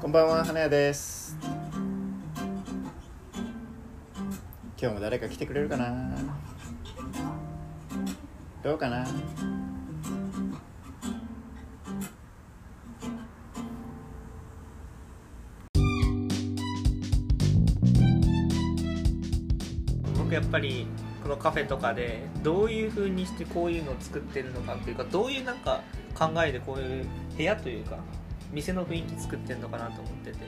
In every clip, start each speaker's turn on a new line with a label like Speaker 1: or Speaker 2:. Speaker 1: こんばんは、花屋です。今日も誰か来てくれるかな。どうかな。
Speaker 2: 僕やっぱりこのカフェとかでどういう風にしてこういうのを作ってるのかっていうかどういうなんか考えでこういう部屋というか店の雰囲気作ってるのかなと思ってて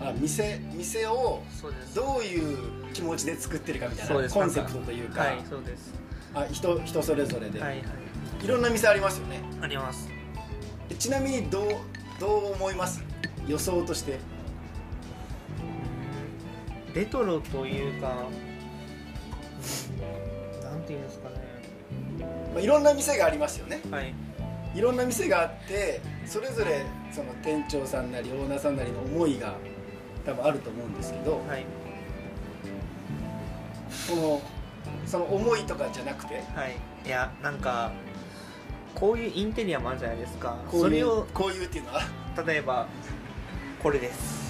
Speaker 3: あ店店を
Speaker 2: そうです
Speaker 3: どういう気持ちで作ってるかみた
Speaker 2: そう
Speaker 3: い
Speaker 2: で
Speaker 3: な
Speaker 2: す
Speaker 3: コンセプトというか
Speaker 2: はいそうです
Speaker 3: あ人人それぞれで、、
Speaker 2: はいはいい
Speaker 3: ろんな店ありますよね
Speaker 2: あります
Speaker 3: でちなみにどうどう思います予想として
Speaker 2: レトロというかうんなんていうんですかね
Speaker 3: まあいろんな店がありますよね
Speaker 2: はい
Speaker 3: いろんな店があってそれぞれその店長さんなりオーナーさんなりの思いが多分あると思うんですけど
Speaker 2: はい
Speaker 3: そのその思いとかじゃなくて
Speaker 2: はいいやなんかこういうインテリアもあるじゃないですか
Speaker 3: こういう
Speaker 2: それを
Speaker 3: こういうっていうのは
Speaker 2: 例えばこれです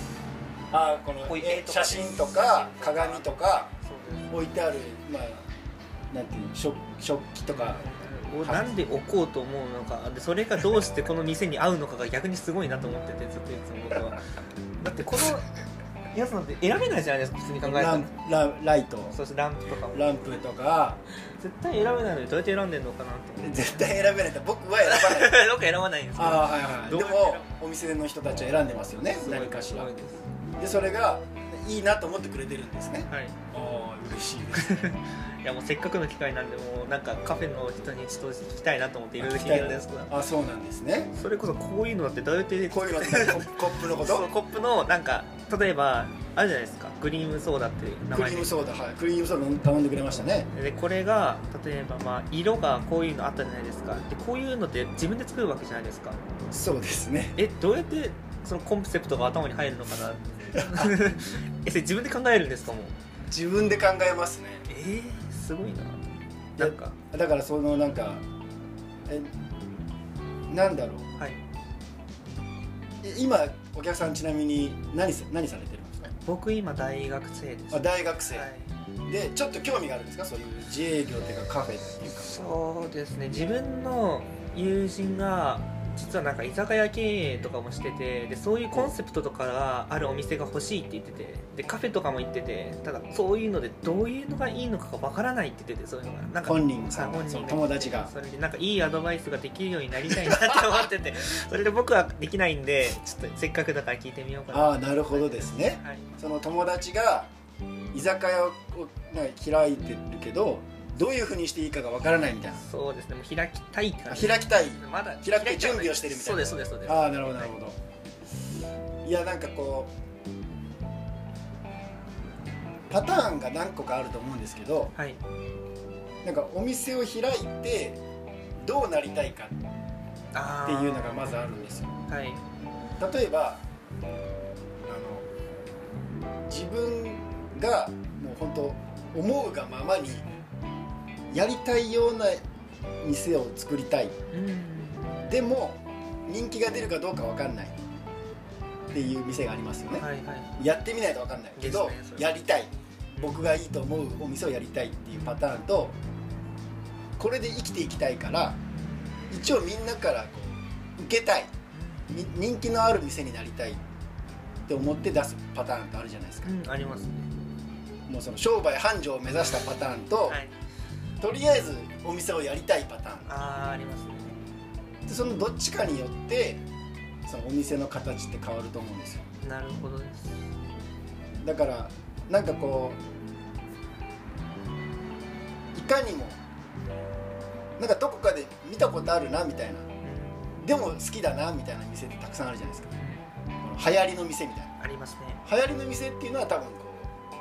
Speaker 3: あこの
Speaker 2: こういう絵
Speaker 3: え
Speaker 2: とか
Speaker 3: 写
Speaker 2: です
Speaker 3: 真とか鏡とか
Speaker 2: そうです
Speaker 3: 置いてあるまあなんていうの食食器とか
Speaker 2: をなんで置こうと思うのかでそれがどうしてこの店に合うのかが逆にすごいなと思っててずっといつも僕はだってこのやつなんて選べないじゃないですか普通に考えた
Speaker 3: ラ
Speaker 2: ら
Speaker 3: ンラライト
Speaker 2: そうですランプとかも
Speaker 3: ランプとか
Speaker 2: 絶対選べないのにどうやって選んでんのかなと思 って
Speaker 3: 絶対選べないと僕は選ば ない
Speaker 2: 僕選ばないんですけ
Speaker 3: あ
Speaker 2: ど
Speaker 3: あはいはい
Speaker 2: どう
Speaker 3: で
Speaker 2: やって
Speaker 3: もお店の人たちは選んでますよね
Speaker 2: すごい
Speaker 3: 何かしら
Speaker 2: すごいです
Speaker 3: でそれがいいなと思ってくれてるんですね
Speaker 2: はい
Speaker 3: ああ嬉しいです
Speaker 2: いやもうせっかくの機会なんでもうなんかカフェの人にちょっと聞きたいなと思っていろいろ聞いてるんですけど
Speaker 3: あそうなんですね
Speaker 2: それこそこういうのだってどうやって
Speaker 3: こういうのってコップコップのこ
Speaker 2: そう
Speaker 3: と
Speaker 2: コップのなんか例えばあるじゃないですかグリームソーダっていう名
Speaker 3: クリ
Speaker 2: 前
Speaker 3: ー
Speaker 2: で
Speaker 3: ムソーダはいクリームソーダ頼んでくれましたね
Speaker 2: でこれが例えばまあ色がこういうのあったじゃないですかでこういうのって自分で作るわけじゃないですか
Speaker 3: そうですね
Speaker 2: えどうやってそのコンセプトが頭に入るのかなって えそれ自分で考えるんですかもう
Speaker 3: 自分で考えますね
Speaker 2: えー、すごいななんか
Speaker 3: だからそのなんかえなんだろう
Speaker 2: はい
Speaker 3: え今お客さんちなみに何さ何されてるんですか
Speaker 2: 僕今大学生です
Speaker 3: あ大学生、
Speaker 2: はい
Speaker 3: でちょっと興味があるんですかそういう自営業っていうかカフェっていうか
Speaker 2: そうですね自分の友人が実はなんか居酒屋経営とかもしててでそういうコンセプトとかがあるお店が欲しいって言っててでカフェとかも行っててただそういうのでどういうのがいいのかがわからないって言っててそういうのがなんか
Speaker 3: 本人さ
Speaker 2: さ
Speaker 3: ん
Speaker 2: 本人
Speaker 3: その
Speaker 2: が
Speaker 3: 友達が
Speaker 2: それでなんかいいアドバイスができるようになりたいなって思っててそれで僕はできないんでちょっとせっかくだから聞いてみようかな
Speaker 3: ああなるほどですね
Speaker 2: はい、
Speaker 3: その友達が居酒屋をなんか開いてるけどどういうふうにしていいかがわからないみたいな
Speaker 2: そうですねもう開きたいって
Speaker 3: あ
Speaker 2: 感じ
Speaker 3: 開きたい
Speaker 2: まだ
Speaker 3: 開く準備をしてるみたいな
Speaker 2: そうですそうですそうです
Speaker 3: ああなるほどなるほどいやなんかこうパターンが何個かあると思うんですけど
Speaker 2: はい
Speaker 3: なんかお店を開いてどうなりたいかっ
Speaker 2: あ
Speaker 3: て
Speaker 2: ー
Speaker 3: いうのがまずあるんですよ
Speaker 2: はい
Speaker 3: 例えばあの自分がもう本当思うがままにやりたいような店を作りたい
Speaker 2: うん
Speaker 3: でも人気が出るかどうかわかんないっていう店がありますよね、
Speaker 2: はいはい
Speaker 3: やってみないとわかんないけど、
Speaker 2: ですねそれ
Speaker 3: やりたい僕がいいと思うお店をやりたいっていうパターンとこれで生きていきたいから一応みんなからこう受けたいみ人気のある店になりたいって思って出すパターンとあるじゃないですか
Speaker 2: うんありますね
Speaker 3: もうその商売繁盛を目指したパターンと、
Speaker 2: はい
Speaker 3: とりあえずお店をやりたいパターン
Speaker 2: あーありますね
Speaker 3: でそのどっちかによってそのお店の形って変わると思うんですよ
Speaker 2: なるほどです
Speaker 3: だからなんかこういかにもなんかどこかで見たことあるなみたいな
Speaker 2: うん
Speaker 3: でも好きだなみたいな店ってたくさんあるじゃないですかこの流行りの店みたい
Speaker 2: ありますね
Speaker 3: な流行りの店っていうのは多分こ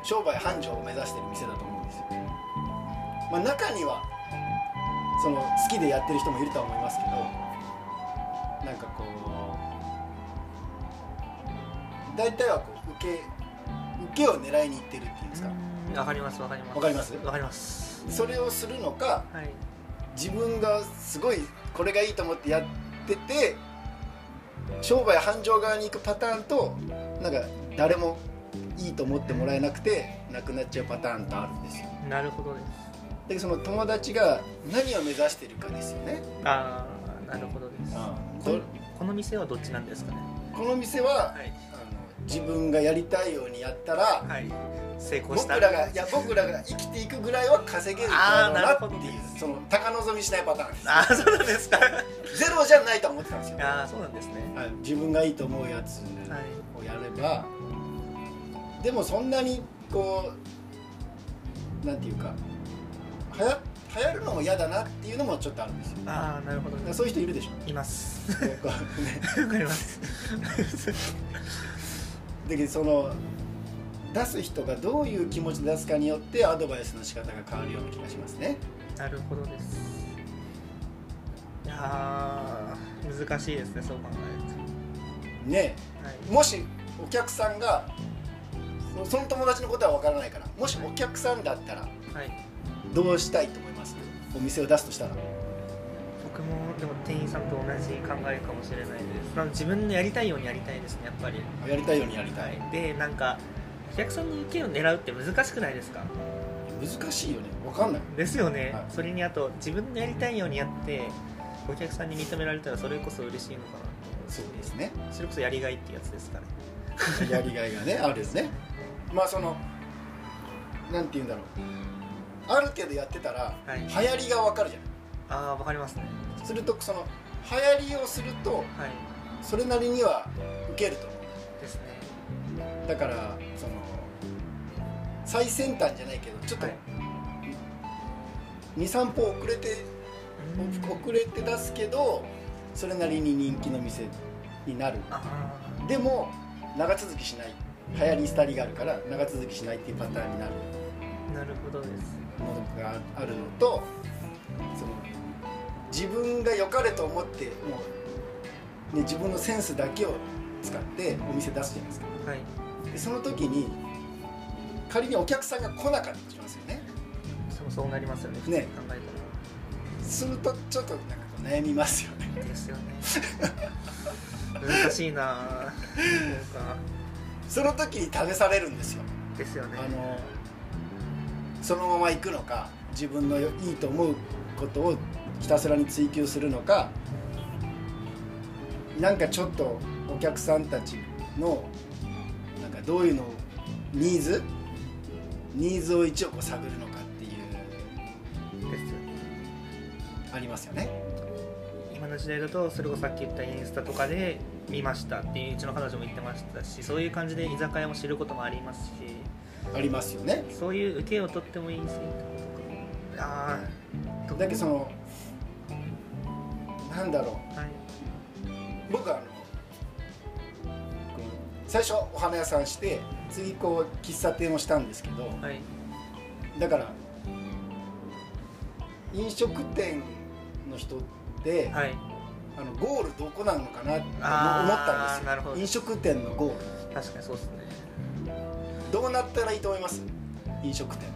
Speaker 3: う商売繁盛を目指してる店だと思うんですよまあ中にはその好きでやってる人もいるとは思いますけどなんかこう大体はこう受け受けを狙いにいってるっていうんですか
Speaker 2: うんわかりますわかります
Speaker 3: わかります
Speaker 2: わかります
Speaker 3: それをするのか
Speaker 2: はい
Speaker 3: 自分がすごいこれがいいと思ってやってて商売繁盛側に行くパターンとなんか誰もいいと思ってもらえなくてなくなっちゃうパターンとあるんですよ
Speaker 2: なるほどです
Speaker 3: でその友達が何を目指してるかですよね、
Speaker 2: ああなるほどですこ
Speaker 3: こ
Speaker 2: のこの店はどっちなんですかね
Speaker 3: この店
Speaker 2: は
Speaker 3: は、
Speaker 2: い
Speaker 3: あの自分がやりたいようにやったら、
Speaker 2: はい成功し
Speaker 3: 僕
Speaker 2: た
Speaker 3: らがいや僕らが生きていくぐらいは稼げるだろうなってい
Speaker 2: あーなるほど
Speaker 3: う
Speaker 2: ね
Speaker 3: その高望みしないパターンです
Speaker 2: ああそうなんですか
Speaker 3: ゼロじゃないと思ってたんですよ、
Speaker 2: ああそうなんですね
Speaker 3: はい、自分がいいと思うやつ
Speaker 2: はい
Speaker 3: をやればでもそんなにこうなんていうかはや流行るのも嫌だなっていうのもちょっとあるんですよだか
Speaker 2: ああなるほど
Speaker 3: らそういう人いるでしょ
Speaker 2: います
Speaker 3: こうね
Speaker 2: わかります
Speaker 3: でその出す人がどういう気持ちで出すかによってアドバイスの仕方が変わるような気がしますね
Speaker 2: なるほどですいやー難しいですねそう考
Speaker 3: ねえ
Speaker 2: えるとはい
Speaker 3: もしお客さんがそその友達のことは分からないからもしお客さんだったら
Speaker 2: はい、
Speaker 3: どうしたいと思いますお店を出すとしたら
Speaker 2: 僕もでも店員さんと同じ考えかもしれないですなんか自分のやりたいようにやりたいですねやっぱり、
Speaker 3: やりたいようにやりたい
Speaker 2: でなんかお客さんの意見を狙うって難しくないですか
Speaker 3: 難しいよね分かんない
Speaker 2: ですよね、
Speaker 3: はい
Speaker 2: それにあと自分のやりたいようにやってお客さんに認められたらそれこそ嬉しいのかなと思うし
Speaker 3: そうですね
Speaker 2: それこそやりがいってやつですかね
Speaker 3: やりがいが ねあるですねまあそのなんて言うんだろうある程度やってたら
Speaker 2: はい
Speaker 3: 流行りが分かるじゃ
Speaker 2: ああ分かりますね
Speaker 3: ないするとその流行りをすると
Speaker 2: はい
Speaker 3: それなりには受けると
Speaker 2: ですね
Speaker 3: だからその最先端じゃないけどちょっと
Speaker 2: はい
Speaker 3: 23歩遅れて
Speaker 2: うん
Speaker 3: 遅れて出すけどそれなりに人気の店になる
Speaker 2: あ
Speaker 3: でも長続きしない流行り廃りがあるから長続きしないっていうパターンになる
Speaker 2: あなるほどです
Speaker 3: ものがあるのとその自分が良かれと思ってもう、ね、自分のセンスだけを使ってお店出すじゃないですか
Speaker 2: はい
Speaker 3: でその時に仮にお客さんが来なかったとしますよね
Speaker 2: そうそうなりますよね普通に
Speaker 3: ね
Speaker 2: 考え
Speaker 3: するとちょっとなんかこう悩みますよね
Speaker 2: たら、ですよね 難しいなぁなんか
Speaker 3: その時に試されるんですよ
Speaker 2: ですよね
Speaker 3: あのそのまま行くのか自分のよいいと思うことをひたすらに追求するのかなんかちょっとお客さんたちのなんかどういうのをニーズニーズを一応こう探るのかっていう
Speaker 2: ですよね
Speaker 3: ありますよね
Speaker 2: 今の時代だとそれこそさっき言ったインスタとかで見ましたっていううちの彼女も言ってましたしそういう感じで居酒屋も知ることもありますし
Speaker 3: ありますよね
Speaker 2: そういう受けを取ってもいいしああ
Speaker 3: だけどそのなんだろう
Speaker 2: はい
Speaker 3: 僕はあのこう最初お花屋さんして次こう喫茶店をしたんですけど
Speaker 2: はい
Speaker 3: だから飲食店の人って、
Speaker 2: はい
Speaker 3: あのゴールどこなのかなって思思
Speaker 2: あー
Speaker 3: ったん
Speaker 2: な
Speaker 3: で
Speaker 2: る
Speaker 3: す
Speaker 2: ほ
Speaker 3: よ
Speaker 2: ど
Speaker 3: 飲食店のゴール
Speaker 2: 確かにそうですね
Speaker 3: どうなったらいいと思います飲食店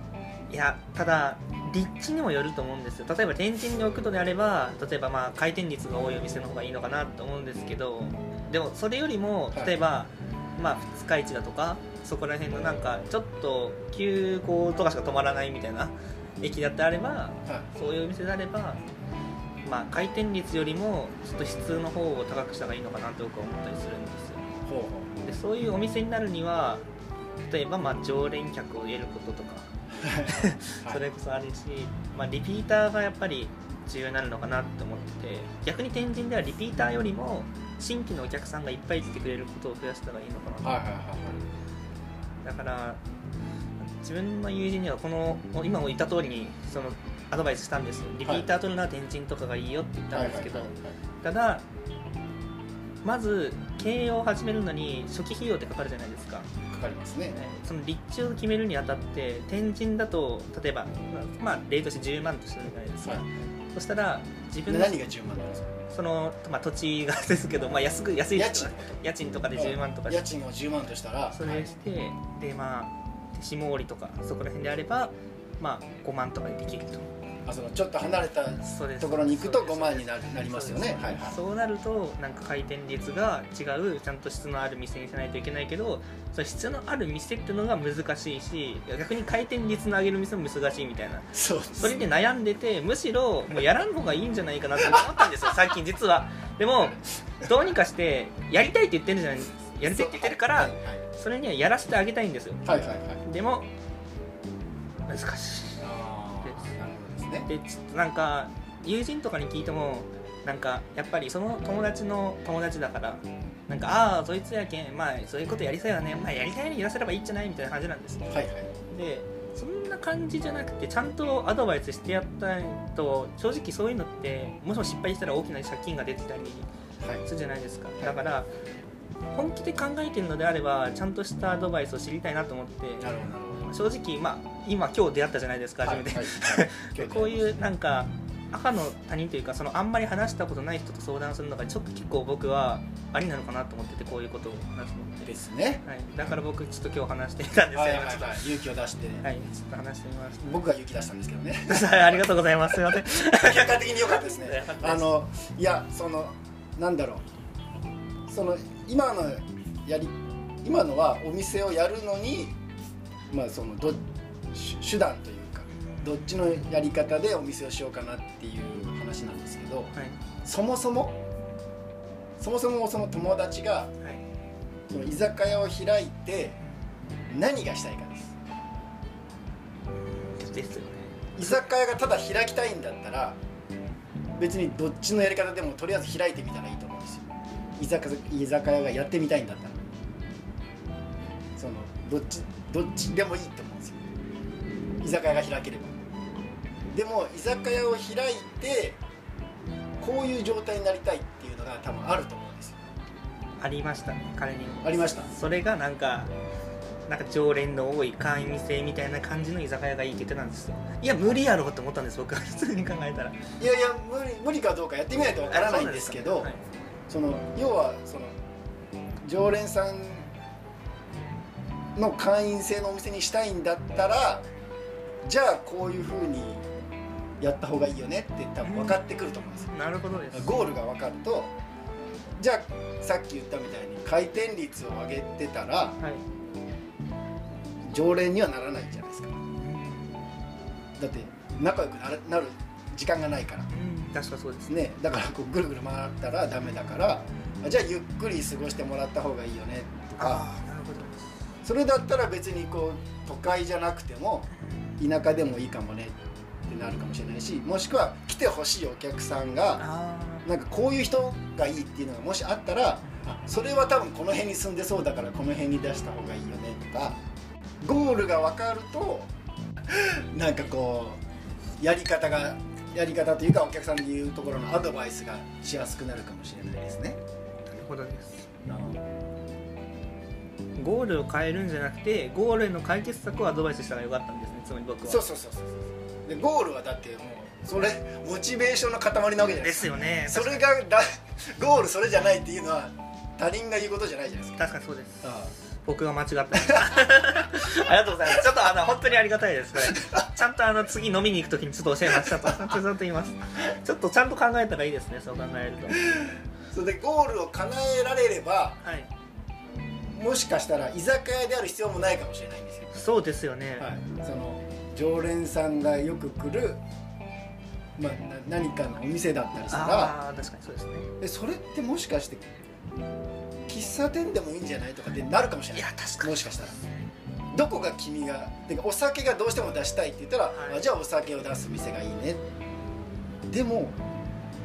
Speaker 2: いやただ立地にもよると思うんですよ例えば天神に置くのであれば例えばまあ回転率が多いお店の方がいいのかなと思うんですけどでもそれよりも
Speaker 3: はい
Speaker 2: 例えば、まあ二日市だとかそこら辺のなんかちょっと急行とかしか止まらないみたいな駅だってあれば
Speaker 3: は
Speaker 2: そういうお店であればまあ回転率よりもちょっと質の方を高くした方がいいのかなと僕は思ったりするんですよ
Speaker 3: いほうほ
Speaker 2: でそういうお店になるには例えばまあ常連客を入れることとか
Speaker 3: う
Speaker 2: それこそあるし、まあ、リピーターがやっぱり重要になるのかなって思ってて逆に天神ではリピーターよりも新規のお客さんがいっぱい来てくれることを増やした方がいいのかな、
Speaker 3: はいはいはいはい
Speaker 2: だから自分の友人にはこの今も言った通りにそのアドバイスしたんですよリピーター取るのは天神とかがいいよって言ったんですけど、
Speaker 3: はいはい
Speaker 2: ただまず経営を始めるのに初期費用ってかかるじゃないですか
Speaker 3: はいかかりますね
Speaker 2: その立地を決めるにあたって天神だと例えば、まあ、例として10万とするじゃないですか、
Speaker 3: はい
Speaker 2: そしたら自分
Speaker 3: で
Speaker 2: の
Speaker 3: 何が10万なんですか
Speaker 2: その、まあ、土地がですけど、まあ、安く安い
Speaker 3: 家
Speaker 2: です
Speaker 3: 賃
Speaker 2: よね家賃とかで10万とか
Speaker 3: 家賃を10万としたら
Speaker 2: そ
Speaker 3: は
Speaker 2: れ
Speaker 3: い
Speaker 2: して、でまあ下織とかそこら辺であれば、まあ、5万とかでできると
Speaker 3: あそのちょっと離れた
Speaker 2: そうです
Speaker 3: ところに行くと
Speaker 2: そうです
Speaker 3: 5万になるなりますよ
Speaker 2: そ
Speaker 3: ね
Speaker 2: うです
Speaker 3: はいはい
Speaker 2: そうなるとなんか回転率が違うちゃんと質のある店にしないといけないけどその質のある店っていうのが難しいし逆に回転率の上げる店も難しいみたいな
Speaker 3: そうです
Speaker 2: それで悩んでてむしろもうやらん方がいいんじゃないかなって思ったんですよ最近実はでもどうにかしてやりたいって言ってるじゃないやりたいって言ってるか
Speaker 3: は
Speaker 2: ら
Speaker 3: いは
Speaker 2: それにはやらせてあげたいんですよ
Speaker 3: いはいはいはい
Speaker 2: でも難しい
Speaker 3: あーなるほどですね
Speaker 2: でちょっとなんか友人とかに聞いてもなんかやっぱりその友達の友達だからなんかああそいつやけんまあそういうことやりそうやね、まあ、やりたいようにやらせればいいんじゃないみたいな感じなんです
Speaker 3: はいはい
Speaker 2: でそんな感じじゃなくてちゃんとアドバイスしてやったと正直そういうのってもしも失敗したら大きな借金が出てたり
Speaker 3: はい
Speaker 2: するじゃないですかだから本気で考えてるのであればちゃんとしたアドバイスを知りたいなと思って
Speaker 3: なるほどなるほど
Speaker 2: 正直まあ今今日出会ったじゃないですか初めて
Speaker 3: はい はい
Speaker 2: こういうなんか赤の他人というかそのあんまり話したことない人と相談するのがちょっと結構僕はありなのかなと思っててこういうことを話すのって、
Speaker 3: ですね
Speaker 2: はい、だから僕ちょっと今日話してみたんですよ、
Speaker 3: はいはいは
Speaker 2: ちょっと
Speaker 3: い勇気を出して
Speaker 2: はい、ちょっと話してみまし
Speaker 3: 僕が勇気出したんですけど ね
Speaker 2: たはいありがとうございますすいません
Speaker 3: 結果的に良かったですねあのいやそのなんだろうその今のやり今のはお店をやるのにまあそのど手手段というかどっちのやり方でお店をしようかなっていう話なんですけど
Speaker 2: はい
Speaker 3: そもそもそもそもその友達が
Speaker 2: はい
Speaker 3: その居酒屋を開いて何がしたいかです
Speaker 2: ですよね
Speaker 3: 居酒屋がただ開きたいんだったら別にどっちのやり方でもとりあえず開いてみたらいいと思うんですよ居酒居酒屋がやってみたいんだったらそのどっちどっちでもいいと思うんですよ居酒屋が開ければでも居酒屋を開いてこういう状態になりたいっていうのが多分あると思うんですよ
Speaker 2: ありましたね彼にも
Speaker 3: ありました
Speaker 2: それがなんかなんか常連の多い会員制みたいな感じの居酒屋がいいって言ってたんですよいや無理やろうと思ったんです僕は 普通に考えたら
Speaker 3: いやいや無理無理かどうかやってみないとわからないんですけど
Speaker 2: はい
Speaker 3: その要はその常連さんの会員制のお店にしたいんだったらじゃあこういうふうにやった方がいいよねって多分分かってくると思うんですよ、
Speaker 2: なるほどです
Speaker 3: ゴールが分かるとじゃあさっき言ったみたいに回転率を上げてたら
Speaker 2: はい
Speaker 3: 常連にはならないじゃないですかだって仲良くなるなる時間がないから
Speaker 2: うん確かそうですね
Speaker 3: ねだからこうぐるぐる回ったらダメだからあじゃあゆっくり過ごしてもらった方がいいよねとか
Speaker 2: ああなるほどです
Speaker 3: それだったら別にこう都会じゃなくても田舎でもいいかもねってなるかもしれないしもしくは来てほしいお客さんが
Speaker 2: あ
Speaker 3: なんかこういう人がいいっていうのがもしあったらあそれは多分この辺に住んでそうだからこの辺に出した方がいいよねとかゴールが分かると なんかこうやり方がやり方というかお客さんでいうところのアドバイスがしやすくなるかもしれないですね。
Speaker 2: あなるほどですゴールを変えるんじゃなくてゴールへの解決策をアドバイスしたらよかったんですねつまり僕は
Speaker 3: そうそうそうそうそうでゴールはだってもうそれモチベーションの塊なわけじゃないで
Speaker 2: ですすよね
Speaker 3: かそれがだゴールそれじゃないっていうのは他人が言うことじゃないじゃないですか
Speaker 2: 確かにそうです
Speaker 3: あ
Speaker 2: 僕が間違った ありがとうございますちょっとあの本当にありがたいですこれちゃんとあの次飲みに行く時にちょっと教えましたとちゃんとちゃんと言いますちょっとちゃんと考えたらいいですねそう考えると
Speaker 3: あそれでゴールを叶えられれば
Speaker 2: はい
Speaker 3: もしかしたら居酒屋である必要もないかもしれないんですよ、
Speaker 2: そうですよね、
Speaker 3: はい、その常連さんがよく来る、まあ、な何かのお店だったりしたら
Speaker 2: ああ確かにそうですね
Speaker 3: えそれってもしかして喫茶店でもいいんじゃないとかってなるかもしれない
Speaker 2: いや確かに
Speaker 3: もしかしたらどこが君がてかお酒がどうしても出したいって言ったら、
Speaker 2: はい
Speaker 3: あじゃあお酒を出す店がいいねでも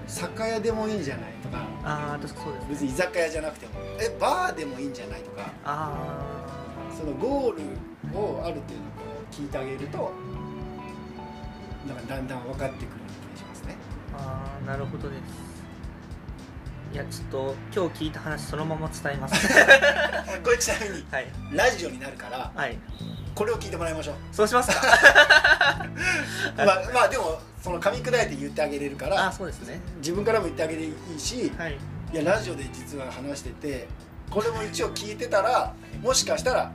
Speaker 3: 酒屋でもいいんじゃないとか
Speaker 2: ああ確かにそうですね
Speaker 3: 別に居酒屋じゃなくてもえバーでもいいんじゃないとか
Speaker 2: あ
Speaker 3: そのゴールをある程度こう聞いてあげるとなんかだんだん分かってくるような気がしますね
Speaker 2: ーあーなるほどですいやちょっと今日聞いた話そのまま伝えます
Speaker 3: これちなみに
Speaker 2: はい
Speaker 3: ラジオになるから
Speaker 2: はい
Speaker 3: これを聞いてもらいましょう
Speaker 2: そうしますか
Speaker 3: まあまあでもその噛み砕いて言ってあげれるか
Speaker 2: ああ
Speaker 3: ら
Speaker 2: そうですね
Speaker 3: 自分からも言ってあげていいし、
Speaker 2: はい
Speaker 3: いやラジオで実は話しててこれも一応聞いてたらもしかしたら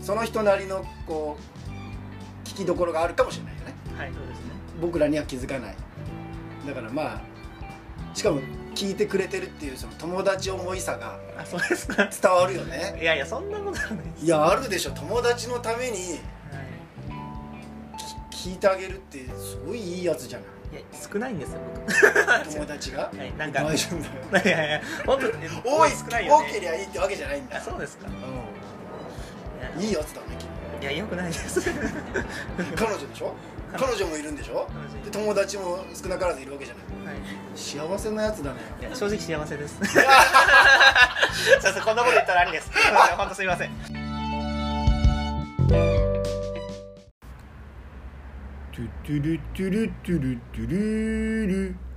Speaker 3: その人なりのこう聞きどころがあるかもしれないよね
Speaker 2: はいそうですね
Speaker 3: 僕らには気づかないだからまあしかも聞いてくれてるっていうその友達思いさが
Speaker 2: あそうですか
Speaker 3: 伝わるよね
Speaker 2: いやいやそんなことはないです
Speaker 3: いやあるでしょ友達のために
Speaker 2: はい
Speaker 3: き聞いてあげるってすごいいいやつじゃない
Speaker 2: いや少ないんですよ
Speaker 3: い友達が
Speaker 2: 僕はいなんか
Speaker 3: 大丈夫だよ
Speaker 2: いやいや本当え
Speaker 3: 多い
Speaker 2: 少ないよ
Speaker 3: 多け
Speaker 2: ね
Speaker 3: りゃいいってわけじゃないんだ
Speaker 2: あそうですか
Speaker 3: うんいいやつだね
Speaker 2: いやいやよくないです
Speaker 3: 彼女でしょ彼女もいるんでしょ
Speaker 2: 楽しい
Speaker 3: で友達も少なからずいるわけじゃな
Speaker 2: は
Speaker 3: い
Speaker 2: い
Speaker 3: 幸せなやつだね
Speaker 2: いや正直幸せですすいませんこんなこと言ったらありです本当すいません
Speaker 1: トゥトゥルトゥルトゥルトゥルル